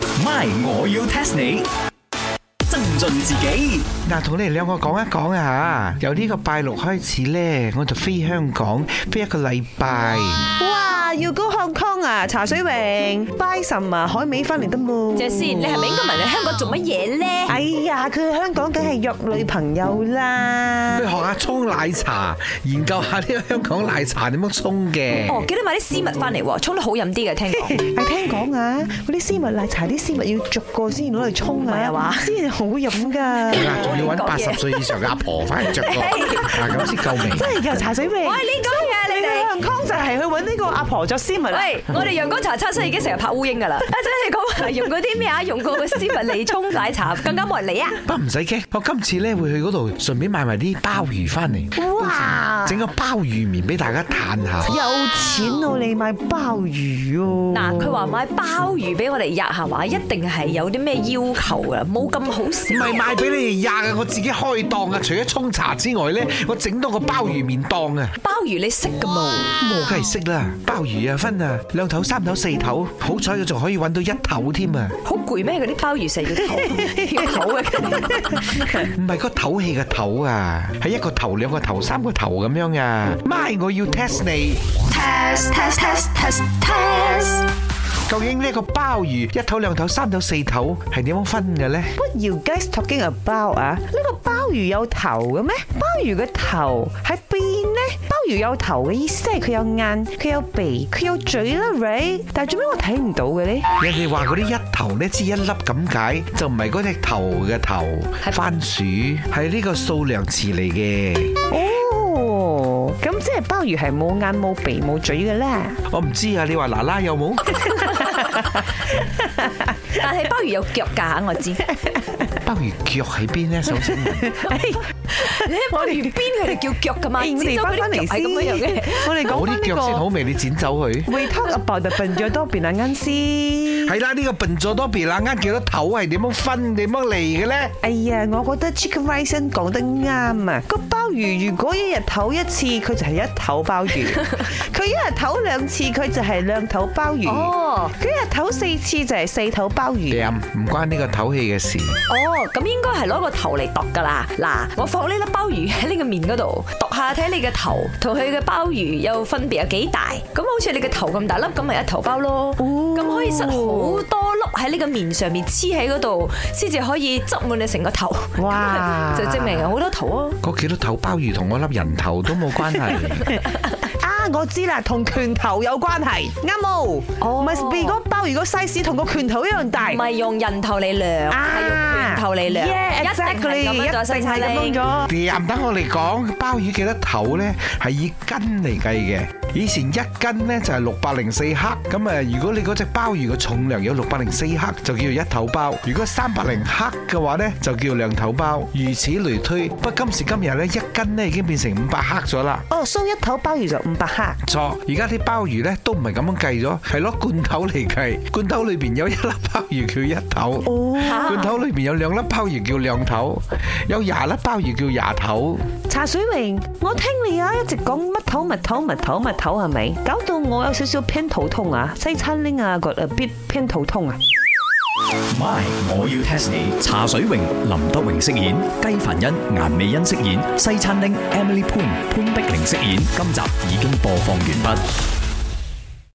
My，我要 test 你。增進自己嗱，同你哋兩個講一講啊嚇，由呢個拜六開始呢，我就飛香港飛一個禮拜。哇！要 go Hong Kong 啊，茶水榮，buy some 啊，海味翻嚟得冇。謝先，你係咪應該問你香港做乜嘢咧？哎呀，佢去香港梗係約女朋友啦去。學下沖奶茶，研究下呢個香港奶茶點樣沖嘅。哦，記得買啲絲襪翻嚟喎，沖得好飲啲嘅，聽講。係聽講啊，嗰啲絲襪奶茶啲絲襪要逐個先攞嚟沖唔係啊啊嘛，先好飲㗎。嗱，啊仲要揾八十歲以上嘅阿婆翻嚟着個，嗱咁先夠味。真係㗎，茶水我榮係。呢個嘅，你去你哋。香港就係去揾呢個阿婆着絲襪啦。喂，我哋陽光茶餐室已經成日拍烏蠅噶啦，啊，真係講話用嗰啲咩啊，用過個絲襪嚟沖奶茶，更加冇人理啊！不過唔使驚，我今次呢會去嗰度順便買埋啲鮑魚翻嚟，哇！整個鮑魚麵俾大家嘆下。有錢喎，你買鮑魚哦。嗱，佢話買鮑魚俾我哋吔係嘛，一定係有啲咩要求噶，冇咁好食。唔係賣俾你哋啊廿嘅，我自己開檔啊！除咗沖茶之外咧，我整多個鮑魚麵檔啊！鮑魚你識噶冇？咁我梗係識啦，鮑魚啊分啊兩頭、三頭、四頭，好彩佢仲可以揾到一頭添啊！好攰咩？嗰啲鮑魚成日要唞，要唞嘅。唔係個唞氣嘅唞啊，係一個頭、兩個頭、三個頭咁樣啊！咪我要 test 你， test test test test test 究竟呢個鮑魚一頭、兩頭、三頭、四頭係點樣分嘅咧？ What you guys talking about 啊？呢個鮑魚有頭嘅咩？鮑魚嘅頭喺邊呢？鮑魚有頭嘅意思係佢有眼，佢有鼻，佢有嘴啦，right？但係做咩我睇唔到嘅呢？人哋話嗰啲一頭呢，只一粒咁解，就唔係嗰隻頭嘅頭，係番薯係呢個數量詞嚟嘅。哦，咁即係鮑魚係冇眼、冇鼻、冇嘴嘅 啦。我唔知啊，你話嗱嗱有冇？但係鮑魚有腳架，我知。鮑魚腳喺邊咧？首 先，你喺鮑魚邊佢哋叫腳噶嘛？哎哎我知哋道翻嗰返啲嚟腳係咁樣先嘅。，我哋講我翻啲腳先好呢味，你剪走佢。個 We talk about the b e n j a d o b i n a 啱先。係啦，呢個笨咗多別啦，呃幾多頭係點樣分點樣嚟嘅咧？哎呀，我覺得 Chicken Rice 講得啱啊！個鮑魚如果一日唞一次，佢就係一頭鮑 魚；佢一日唞兩次，佢就係兩頭鮑魚；哦佢一日唞四次就係四頭鮑魚。掂，哎唔關呢個唞氣嘅事。哦，咁應該係攞個頭嚟度噶啦。嗱，我放呢粒鮑魚喺呢個面嗰度度下，睇你嘅頭同佢嘅鮑魚有分別有幾大。咁好似你嘅頭咁大粒，咁咪一頭包咯。咁可以塞好哦多粒喺呢個面上面黐喺嗰度，先至可以執滿你成個頭。哇就證明有好多頭啊！嗰幾多頭鮑魚同我粒人頭都冇關係。啊，我知啦，同拳頭有關係，啱冇？哦咪俾嗰鮑魚個 size 同個拳頭一樣大唔。係用人頭嚟量，係用拳頭嚟量， Yeah，一定 exactly，係咁樣再一生定係產咁樣力。咗。掂，等我嚟講，鮑魚幾多頭咧係以斤嚟計嘅。以前一斤咧就係六百零四克，咁啊，如果你嗰隻鮑魚嘅重量有六百零四克，就叫做一頭鮑；如果三百零克嘅話咧，就叫兩頭鮑。如此類推，不過今時今日咧，一斤咧已經變成五百克咗啦。哦，蘇一頭鮑魚就五百克。錯，而家啲鮑魚咧都唔係咁樣計咗，係攞罐頭嚟計。罐頭裏邊有一粒鮑魚叫一頭，罐頭裏邊有兩粒鮑魚叫兩頭，有廿粒鮑魚叫廿頭。茶水榮，我聽你啊，一直講乜頭乜頭乜頭乜頭係咪？搞到我有少少偏肚痛啊，西餐拎啊個 a bit 偏肚痛啊。 ，My，我要 test 你。茶水榮、林德榮飾演，雞凡欣、顏美欣飾演，西餐廳 Emily Poon 潘碧玲飾演。今集已經播放完畢。